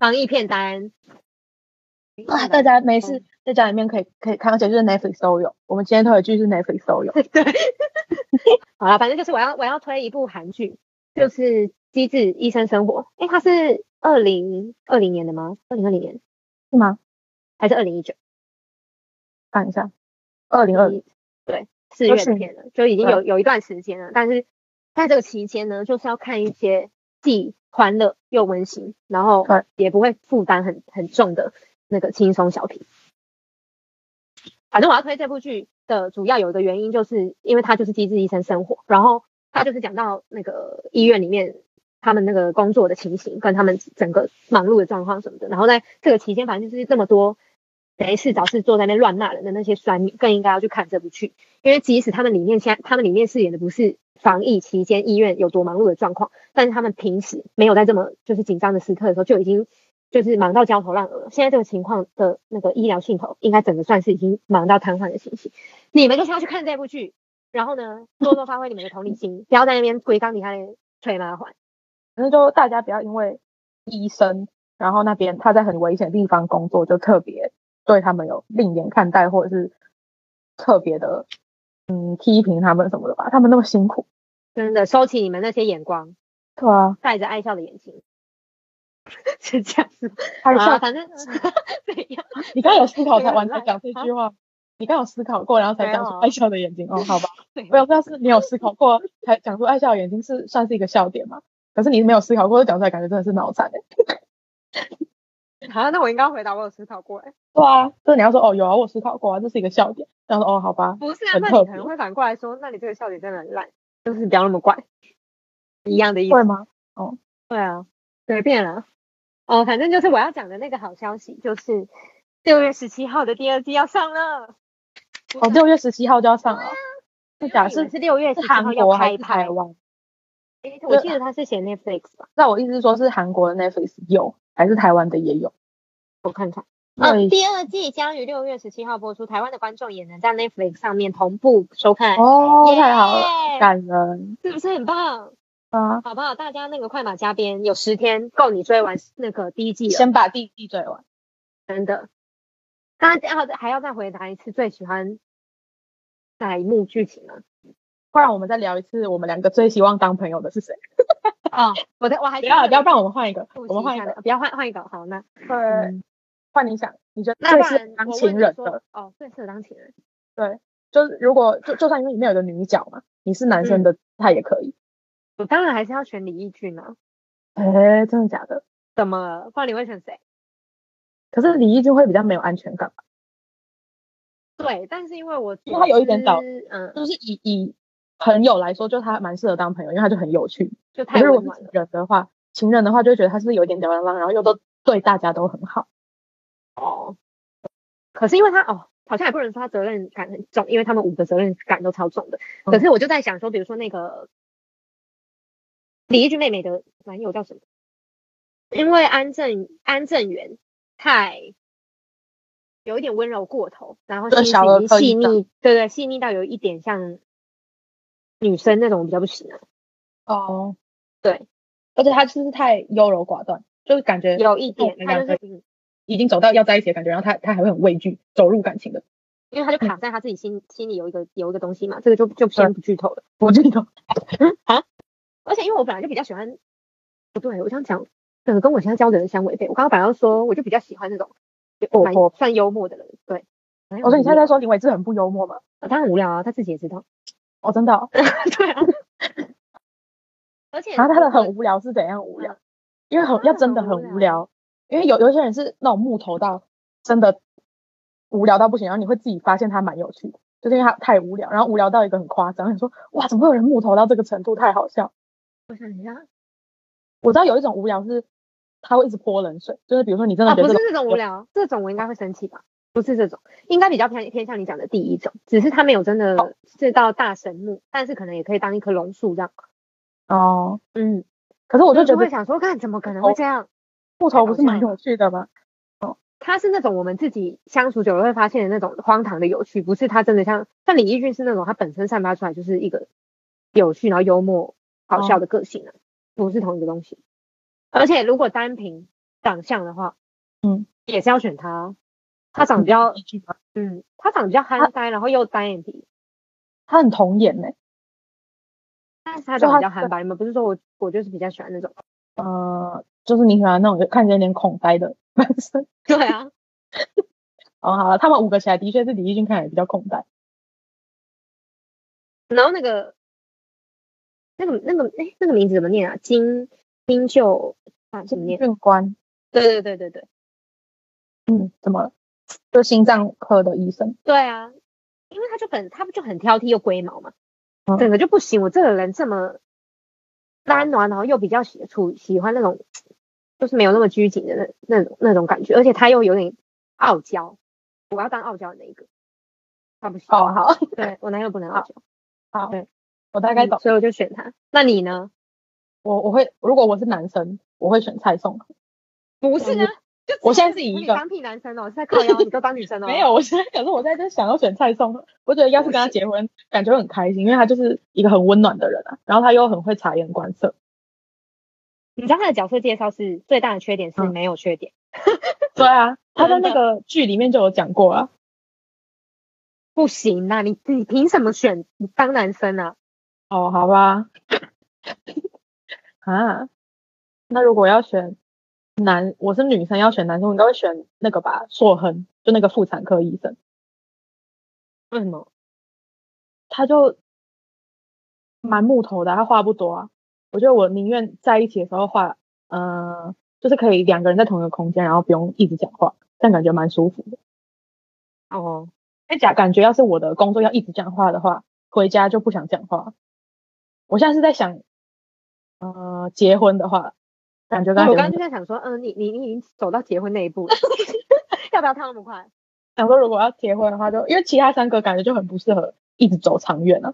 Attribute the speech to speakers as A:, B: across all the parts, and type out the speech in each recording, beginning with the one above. A: 防疫片单
B: 啊，大家没事在家里面可以可以看，而且就是 Netflix 都有。我们今天推的剧是 Netflix 都有。
A: 对，好了，反正就是我要我要推一部韩剧，就是《机智医生生活》。哎，它是二零二零年的吗？二零二零年
B: 是吗？
A: 还是二零一九？
B: 看一下，二零二零
A: 对四月的片了，就已经有有一段时间了。但是在这个期间呢，就是要看一些既欢乐又温馨，然后
B: 对
A: 也不会负担很很重的那个轻松小品。反正我要推这部剧的主要有一个原因，就是因为它就是《机智医生生活》，然后它就是讲到那个医院里面他们那个工作的情形，跟他们整个忙碌的状况什么的。然后在这个期间，反正就是这么多没事找事做在那边乱骂人的那些酸民，更应该要去看这部剧，因为即使他们里面现在他们里面饰演的不是防疫期间医院有多忙碌的状况，但是他们平时没有在这么就是紧张的时刻的时候就已经就是忙到焦头烂额。现在这个情况的那个医疗系统，应该整个算是已经忙到瘫痪的情形。你们就是要去看这部剧，然后呢，多多发挥你们的同理心，不要在那边龟缸底下吹麻烦。
B: 反正就大家不要因为医生，然后那边他在很危险的地方工作，就特别对他们有另眼看待，或者是特别的嗯批评他们什么的吧。他们那么辛苦，
A: 真的，收起你们那些眼光，
B: 对啊，
A: 带着爱笑的眼睛， 是这样子吗。
B: 还有
A: 好啦
B: 像
A: 反 正怎样？
B: 你刚刚有思考才
A: 这个
B: 完
A: 很
B: 才
A: 烂
B: 讲这句话，你刚刚有思考过，然后才
A: 没
B: 讲出
A: 有啊
B: 爱笑的眼睛 哦，好吧，
A: 对
B: 没有，但是你有思考过才讲出爱笑的眼睛是算是一个笑点嘛？可是你没有思考过，就讲出来感觉真的是脑残欸
A: 好像那我应该回答，我有思考过哎，
B: 对啊，就是你要说哦，有啊，我思考过啊，这是一个笑点。然后说哦，好吧，
A: 不是啊，
B: 很
A: 那
B: 特
A: 你可
B: 别
A: 能会反过来说，那你这个笑点真的很烂，就是不要那么怪，一样的意思
B: 会。吗？
A: 对啊，随便啦。哦，反正就是我要讲的那个好消息，就是六月十七号的第二季要上了。
B: 哦，六月十七号就要上了，
A: 我
B: 是
A: 想我
B: 假
A: 以为是啊
B: 是
A: 六月十
B: 是
A: 七
B: 韩
A: 号要
B: 国还
A: 开
B: 是台
A: 拍，
B: 湾？
A: 诶我记得他是写 Netflix 吧？
B: 那我意思是说，是韩国的 Netflix 有，还是台湾的也有？
A: 我看看。
B: 那
A: 嗯，第二季将于六月十七号播出，台湾的观众也能在 Netflix 上面同步收看。
B: 哦，太好了，
A: 耶
B: 感人
A: 是不是很棒？
B: 啊！
A: 好不好？大家那个快马加鞭，有十天够你追完那个第一季了，
B: 先把第一季追完，
A: 真的。大家要还要再回答一次，最喜欢哪一幕剧情啊？
B: 不然我们再聊一次，我们两个最希望当朋友的是谁？
A: 哦，我的我还
B: 不要，不要，不然我们换一个，我们换一
A: 一
B: 个，
A: 个，不要换换一个，好，那呃
B: 对，换你想，你觉得
A: 那
B: 最
A: 不
B: 适
A: 然
B: 合当
A: 我
B: 情
A: 问你
B: 人
A: 说
B: 的，
A: 哦，最适合当情人，
B: 就是如果就就算因为里面有个女角嘛，你是男生的，他也可以。
A: 我当然还是要选李易俊啊，
B: 哎，真的假的？
A: 怎么了？不然你会选谁？
B: 可是李易俊会比较没有安全感吧，
A: 对，但是因为我
B: 因为他有一点早
A: 所知嗯，
B: 就是以以朋友来说，就他蛮适合当朋友，因为他就很有趣。
A: 就
B: 可
A: 太
B: 是如
A: 温
B: 果
A: 暖
B: 是情
A: 了。
B: 人的话，情人的话就会觉得他是不是有一点吊儿郎当，然后又都对大家都很好。
A: 哦，可是因为他哦，好像也不能说他责任感很重，因为他们五个责任感都超重的。
B: 嗯
A: 可是我就在想说，比如说那个李易俊妹妹的男友叫什么？因为安正安正元太有一点温柔过头，然后
B: 对
A: 心思
B: 小儿
A: 已经
B: 科
A: 细
B: 一种
A: 腻，对对，细腻到有一点像女生那种比较不行啊，
B: 哦，
A: 对，
B: 而且他就是太优柔寡断，就是感觉
A: 有一点，
B: 我们
A: 她就
B: 两个
A: 是嗯
B: 已经走到要在一起的感觉，然后他他还会很畏惧走入感情的，
A: 因为她就卡在她自己心心里有一个有一个东西嘛，这个就就先不剧透了。
B: 我记得
A: 嗯而且因为我本来就比较喜欢，不对，我想讲，整个跟我现在交的人相违背。我刚刚本来要说，我就比较喜欢那种
B: 活
A: 蛮
B: 泼
A: 算幽默的人，对。
B: 我说你现在
A: 在
B: 在说林伟志很不幽默吗？
A: 他很无聊啊，他自己也知道，
B: 哦，真的、哦，
A: 对啊。而且
B: 然啊后他的很
A: 我
B: 无聊是怎样无聊
A: 嗯？
B: 因为很
A: 他
B: 要
A: 的
B: 真的
A: 很无
B: 很无
A: 聊
B: 聊，因为有有一些人是那种木头到真的无聊到不行，然后你会自己发现他蛮有趣的，就是因为他太无聊，然后无聊到一个很夸张，你说哇，怎么会有人木头到这个程度？太好笑。
A: 我想一下，
B: 我知道有一种无聊是他会一直泼冷水，就是比如说你真的
A: 啊，
B: 觉
A: 不
B: 得
A: 是
B: 这种、
A: 这种无聊，这种我应该会生气吧？不是这种，应该比较偏偏向你讲的第一种，只是他没有真的是到大神木，但是可能也可以当一棵榕树这样。
B: 哦，
A: 嗯，
B: 可是我
A: 我
B: 就觉
A: 会
B: 得哦
A: 想说，看怎么可能会这样？
B: 木头不是蛮
A: 太搞笑
B: 有趣的吗？
A: 他是那种我们自己相处久了会发现的那种荒唐的有趣，不是他真的像像李易俊是那种他本身散发出来
B: 哦
A: 就是一个有趣然后幽默好笑的个性啊，不是同一个东西。而且如果单凭长相的话，
B: 呃嗯，
A: 也是要选他啊。他长得比较，嗯，他长得比较憨
B: 他
A: 呆，然后又单眼皮，
B: 他很童颜呢、
A: 但是他
B: 就
A: 长得比
B: 他
A: 较憨白。你们不是说我我就是比较喜欢 那种？
B: 呃，就是你喜欢那种就看起来有点恐呆的男生。
A: 对啊，
B: 哦，好了，他们五个起来的确是李易俊看起来比较恐呆。
A: 然后那个那个那个哎，那个名字怎么念啊？金金秀啊，怎么念？
B: 俊官，
A: 对对对对对，
B: 嗯，怎么了？就心脏科的医生，
A: 对啊，因为他就很他不就很挑剔又龟毛嘛，
B: 嗯
A: 整个就不行。我这个人这么懒暖，然后又比较喜处喜欢那种就是没有那么拘谨的那那种那种感觉，而且他又有点傲娇，我要当傲娇的那一个，他不行。
B: 哦好
A: 对我男友不能傲娇，
B: 好
A: 对，
B: 我大概懂。
A: 嗯所以我就选他。那你呢？
B: 我我会，如果我是男生，我会选蔡颂。
A: 不是
B: 嗯
A: 啊，就
B: 我现在
A: 是
B: 是以一
A: 你
B: 个
A: 当屁男生哦，是在靠腰，你都当女生哦。
B: 没有，我现在可是我在这想要选蔡颂，我觉得要是跟他结婚，感觉会很开心，因为他就是一个很温暖的人啊，然后他又很会察言观色。
A: 你知道他的角色介绍是最大的缺点是
B: 嗯
A: 没有缺点，
B: 对啊，他在
A: 真的
B: 那个剧里面就有讲过啊，
A: 不行啊！你你凭什么选你当男生啊？
B: 哦，好吧，啊，那如果要选男，我是女生要选男生，我应该会选那个吧，硕亨，就那个妇产科医生，
A: 为什么？
B: 他就蛮木头的啊，他话不多啊。我觉得我宁愿在一起的时候话，呃，就是可以两个人在同一个空间，然后不用一直讲话，这样感觉蛮舒服的。
A: 哦，
B: 那哎假感觉要是我的工作要一直讲话的话，回家就不想讲话。我现在是在想，呃，结婚的话，感觉跟他
A: 我
B: 结
A: 刚刚
B: 婚
A: 就在想说，嗯，你你你已经走到结婚那一 步了，要不要跳那么快？
B: 想说，如果要结婚的话就，因为其他三个感觉就很不适合一直走长远啊。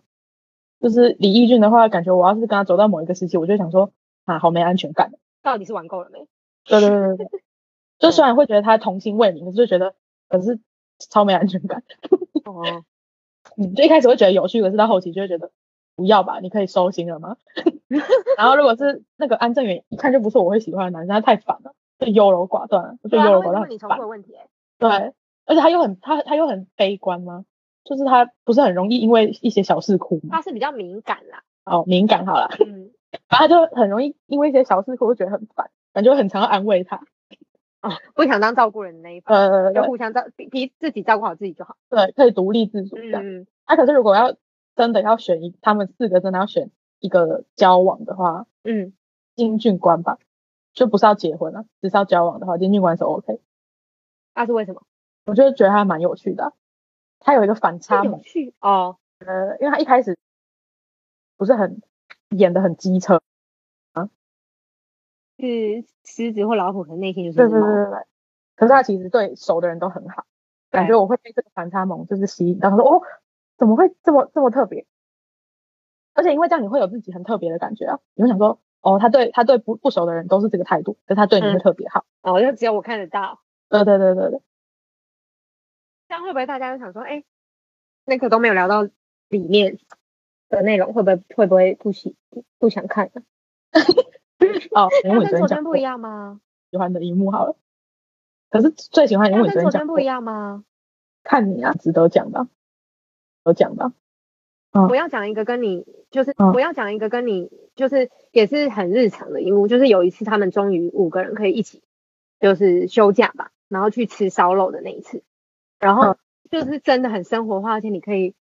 B: 就是李易俊的话，感觉我要是跟他走到某一个时期，我就想说啊，好没安全感。
A: 到底是玩够了没？
B: 对对对对对， 就虽然会觉得他童心未泯，可是就觉得可是超没安全感。
A: 哦，
B: 嗯，就一开始会觉得有趣，可是到后期就会觉得不要吧，你可以收心了吗？ 然后如果是那个安正元，一看就不是我会喜欢的男生，他太烦了，就优柔寡断了，我 觉
A: 对
B: 得
A: 啊，
B: 优柔
A: 他会
B: 寡
A: 问
B: 断
A: 你
B: 很
A: 重
B: 烦
A: 复。的问题、欸，
B: 对，而且他又很他他又很悲观吗？就是他不是很容易因为一些小事哭吗？
A: 他是比较敏感啦，
B: 哦，敏感好了，
A: 嗯，
B: 然后他就很容易因为一些小事哭，就觉得很烦，感觉很常要安慰他。
A: 哦，不想当照顾人的那一方，
B: 呃，
A: 就互相照，比比自己照顾好自己就好。
B: 对，可以独立自主这样。
A: 嗯，
B: 啊，可是如果要真的要选一，他们四个真的要选一个交往的话，
A: 嗯，
B: 金俊官吧，就不是要结婚啊，只是要交往的话，金俊官是 OK。
A: 那、啊是为什么？
B: 我就觉得他蛮有趣的啊、他有一个反差
A: 有
B: 萌，
A: 趣哦，
B: 呃，因为他一开始不是很演的很机车，
A: 是狮子或老虎，可能内心就是
B: 对
A: 一只
B: 对对
A: 猫
B: 对对，可是他其实对熟的人都很好，感觉我会被这个反差萌就是吸引到，他说哦，怎么会这么这么特别？而且因为这样你会有自己很特别的感觉啊，你会想说哦，他对他对不不熟的人都是这个态度，可是他对你
A: 嗯
B: 会特别好。
A: 哦，就只有我看得到，
B: 对对对对对，
A: 这样会不会大家都想说，哎、那个都没有聊到里面的内容，会不会会不会不喜不想看呢、
B: 哦，因
A: 那
B: 为我
A: 跟昨
B: 昨天
A: 天
B: 讲
A: 不
B: 过
A: 一
B: 喜
A: 样吗？
B: 欢的一幕好了，可是最喜欢因
A: 那
B: 为我
A: 跟
B: 昨
A: 昨
B: 天
A: 天
B: 讲
A: 不
B: 过
A: 一，样吗？
B: 看你啊，值得讲的啊，有讲的啊，嗯
A: 我要讲一个跟你，就是
B: 嗯
A: 我要讲一个跟你，就是也是很日常的一幕，就是有一次他们终于五个人可以一起，就是休假吧，然后去吃烧肉的那一次，然
B: 嗯
A: 后就是真的很生活化，而且你可以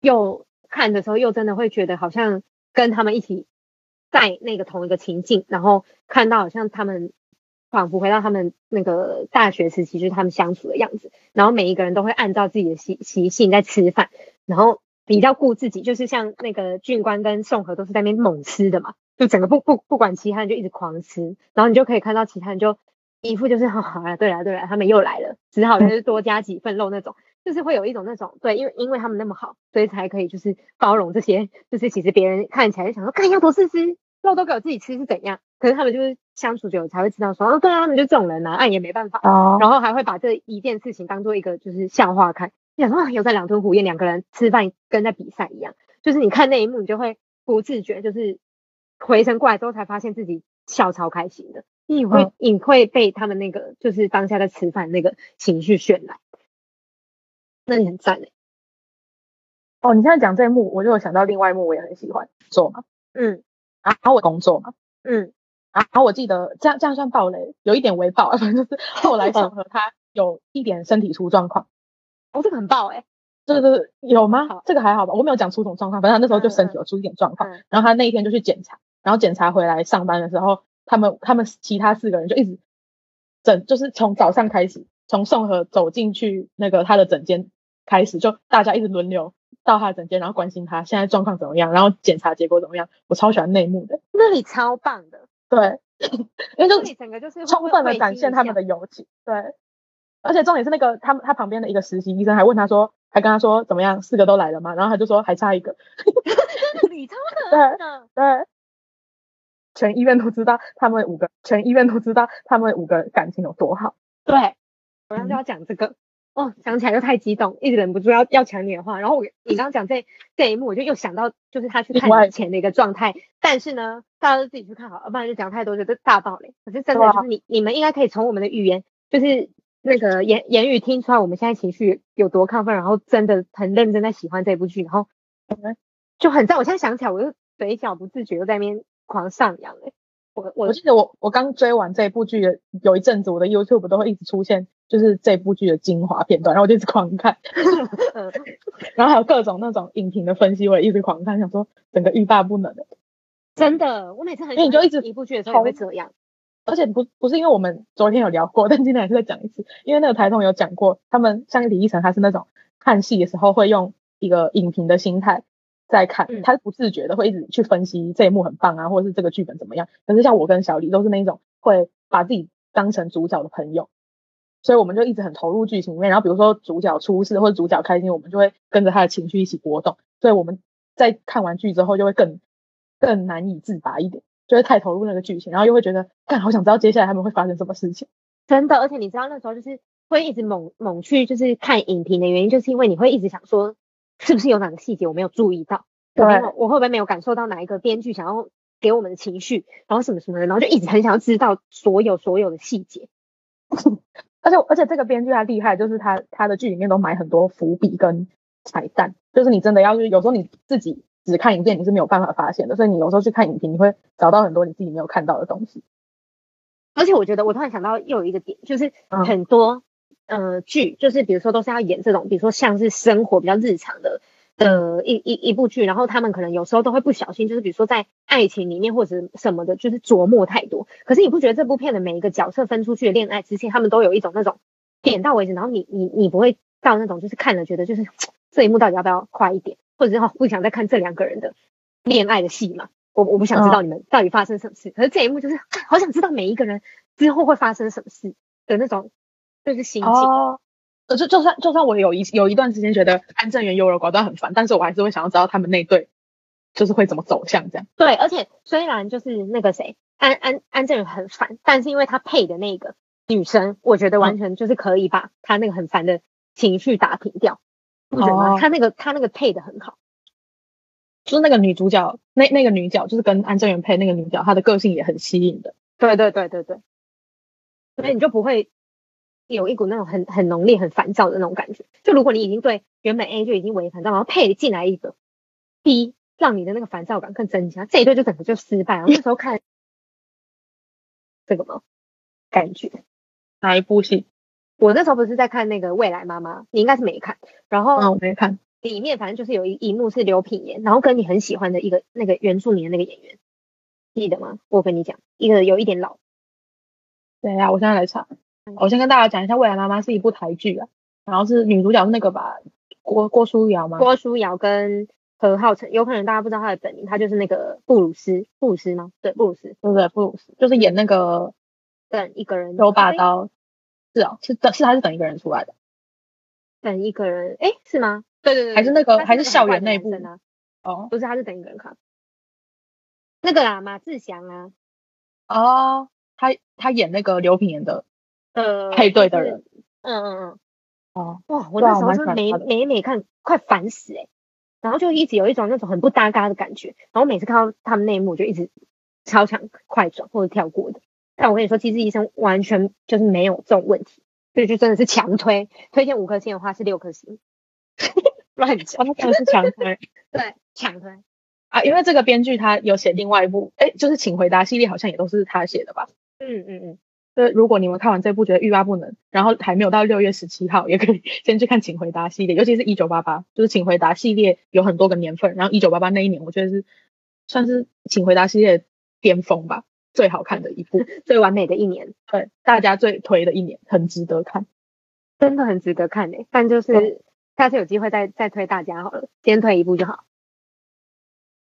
A: 又看的时候又真的会觉得好像跟他们一起在那个同一个情境，然后看到好像他们仿佛回到他们那个大学时期，就是他们相处的样子，然后每一个人都会按照自己的习习性在吃饭，然后比较顾自己，就是像那个俊官跟宋和都是在那边猛吃的嘛，就整个不不不管其他人就一直狂吃，然后你就可以看到其他人就一副就是 好好了，对了对了，他们又来了，只好就是多加几份肉那种，就是会有一种那种对，因为因为他们那么好，所以才可以就是包容这些，就是其实别人看起来就想说，看要多试试，肉都给我自己吃是怎样，可是他们就是相处久了才会知道说，哦对啊，他们就这种人呐、啊，哎也没办法，
B: 哦
A: 然后还会把这一件事情当做一个就是笑话看，你想说啊有在两吞虎咽，两个人吃饭跟在比赛一样，就是你看那一幕，你就会不自觉就是回神过来之后才发现自己笑超开心的，你会
B: 嗯
A: 隐晦被他们那个就是当下在吃饭那个情绪渲染，那你很赞哎、
B: 哦，你现在讲这一幕，我就有想到另外一幕，我也很喜欢做嘛，
A: 嗯
B: 然后我工作嘛，
A: 嗯
B: 然后我记得这样这样算暴雷，有一点微暴， 反正就是后来小何他有一点身体出状况，
A: 哦，这个很爆
B: 嗯
A: 哎、
B: 这个是有吗
A: 好？嗯
B: 这个还好吧，我没有讲出什么状况，反正他那时候就身体有出一点状况，
A: 嗯嗯
B: 然后他那一天就去检查，然后检查回来上班的时候，他们他们其他四个人就一直整，就是从早上开始，从宋和走进去那个他的诊间开始，就大家一直轮流到他的诊间，然后关心他现在状况怎么样，然后检查结果怎么样，我超喜欢内幕的，
A: 那里超棒的，
B: 对， 因为
A: 那
B: 就
A: 里整个就是会
B: 充分的展现他们，
A: 会
B: 的友情。对，而且重点是那个他们他旁边的一个实习医生还问他说，还跟他说怎么样，四个都来了嘛，然后他就说还差一个。
A: 会心一笑那里超可爱的，
B: 对，全医院都知道他们五个，全医院都知道他们五个感情有多好。
A: 对，我刚刚就要讲这个。哦，想起来就太激动，一直忍不住要要抢你的话。然后我你刚刚讲这这一幕，我就又想到就是他去
B: 另外
A: 看以前的一个状态，但是呢，大家都自己去看好，要不然就讲太多，觉得大爆雷。可是真
B: 对啊
A: 的就是你你们应该可以从我们的语言，就是那个言言语听出来我们现在情绪有多亢奋，然后真的很认真在喜欢这部剧，然后
B: 嗯
A: 就很赞。我现在想起来，我就嘴角不自觉又在那边狂上扬哎、欸我我
B: 我记得我我刚追完这部剧的有一阵子，我的 YouTube 都会一直出现就是这部剧的精华片段，然后我就一直狂看，
A: 嗯
B: 然后还有各种那种影评的分析，我也一直狂看，想说整个欲罢不能。欸
A: 真的，我每次很
B: 因为你
A: 喜欢
B: 就一直
A: 一部剧的时候也会这样。
B: 而且不不是因为我们昨天有聊过， 但今天还是再讲一次，因为那个台通有讲过，他们像李依晨，他是那种看戏的时候会用一个影评的心态在看，
A: 嗯
B: 他是不自觉的会一直去分析这一幕很棒啊，或者是这个剧本怎么样。可是像我跟小李都是那一种会把自己当成主角的朋友，所以我们就一直很投入剧情里面。然后比如说主角出事或者主角开心，我们就会跟着他的情绪一起波动。所以我们在看完剧之后就会更更难以自拔一点，就会太投入那个剧情，然后又会觉得，干好想知道接下来他们会发生什么事情。
A: 真的，而且你知道那时候就是会一直猛猛去就是看影评的原因，就是因为你会一直想说，是不是有哪个细节我没有注意到，我没有，我会不会没有感受到哪一个编剧想要给我们的情绪，然后什么什么的，然后就一直很想要知道所有所有的细节。
B: 而且而且这个编剧他厉害，就是他他的剧里面都埋很多伏笔跟彩蛋，就是你真的要去，有时候你自己只看影片你是没有办法发现的，所以你有时候去看影评，你会找到很多你自己没有看到的东西。
A: 而且我觉得我突然想到又有一个点，就是
B: 嗯
A: 很多、呃剧，就是比如说都是要演这种，比如说像是生活比较日常的的一一一部剧，然后他们可能有时候都会不小心，就是比如说在爱情里面或者什么的，就是琢磨太多。可是你不觉得这部片的每一个角色分出去的恋爱之前，他们都有一种那种点到为止，然后你你你不会到那种就是看了觉得就是这一幕到底要不要快一点，或者是哦不想再看这两个人的恋爱的戏嘛？我我不想知道你们到底发生什么事。可是这一幕就是哎好想知道每一个人之后会发生什么事的那种，就是心情。
B: 哦，呃就就算就算我有一有一段时间觉得安正元优柔寡断很烦，但是我还是会想要知道他们那对就是会怎么走向这样。
A: 对，而且虽然就是那个谁安安安正宇很烦，但是因为他配的那个女生，我觉得完全就是可以把他那个很烦的情绪打平掉，不觉得吗？
B: 哦
A: 他那个他那个配的很好。
B: 就是那个女主角，那那个女角就是跟安正元配那个女角，她的个性也很吸引的。
A: 对对对对对，所以你就不会有一股那种很很浓烈、很烦躁的那种感觉。就如果你已经对原本 A 就已经为烦躁，然后配进来一个 B，让你的那个烦躁感更增加，这一对就整个就失败了。那时候看这个吗？感觉
B: 哪一部戏？
A: 我那时候不是在看那个《未来妈妈》，你应该是没看。然后
B: 嗯，我没看。
A: 里面反正就是有一一幕是刘品言，然后跟你很喜欢的一个那个原住民的那个演员，记得吗？我跟你讲，一个有一点老，
B: 等一下，我现在来查。我先跟大家讲一下，《未来妈妈》是一部台剧啊，然后是女主角是那个吧，郭郭书瑶吗？
A: 郭书瑶跟何浩晨，有可能大家不知道他的本名，他就是那个布鲁斯，布鲁斯吗？对，布鲁斯
B: 对不对？布鲁斯就是演那个
A: 等一个人，哎
B: 周霸
A: 诶，
B: 刀。是哦，是等是他是等一个人出来的，
A: 等一个人，哎，是吗？对对对，
B: 还是那个
A: 他
B: 还是
A: 很
B: 校
A: 坏
B: 园
A: 的
B: 内
A: 男
B: 部
A: 生啊？
B: 哦
A: 不是，他是等一个人看。那个啦，马志祥啊，
B: 哦，他他演那个刘品言的
A: 呃，
B: 配对的
A: 就是
B: 人，
A: 嗯嗯嗯，
B: 哦，
A: 哇，我
B: 对啊
A: 那时
B: 我
A: 候
B: 蛮
A: 真
B: 喜
A: 的每
B: 欢他的
A: 每每看，快烦死哎、然后就一直有一种那种很不搭嘎的感觉，然后每次看到他们那一幕，我就一直超想快转或者跳过的。但我跟你说，机智医生完全就是没有这种问题，所以就真的是强推，推荐五颗星的话是六颗星，乱讲，
B: 哦真的是强推
A: 对，强推，
B: 啊！因为这个编剧他有写另外一部，哎，就是《请回答》系列，好像也都是他写的吧？
A: 嗯嗯嗯，
B: 所以如果你们看完这部觉得欲罢不能，然后还没有到六月十七号，也可以 先去看《请回答》系列，尤其是一九八八，就是《请回答》系列有很多个年份，然后一九八八那一年，我觉得是算是《请回答》系列巅峰吧，最好看的一部，
A: 嗯最完美的一年，
B: 对大家最推的一年，很值得看。
A: 欸
B: 哦
A: 真的很值得看诶、但就是下次有机会再再推大家好了，先推一部就好。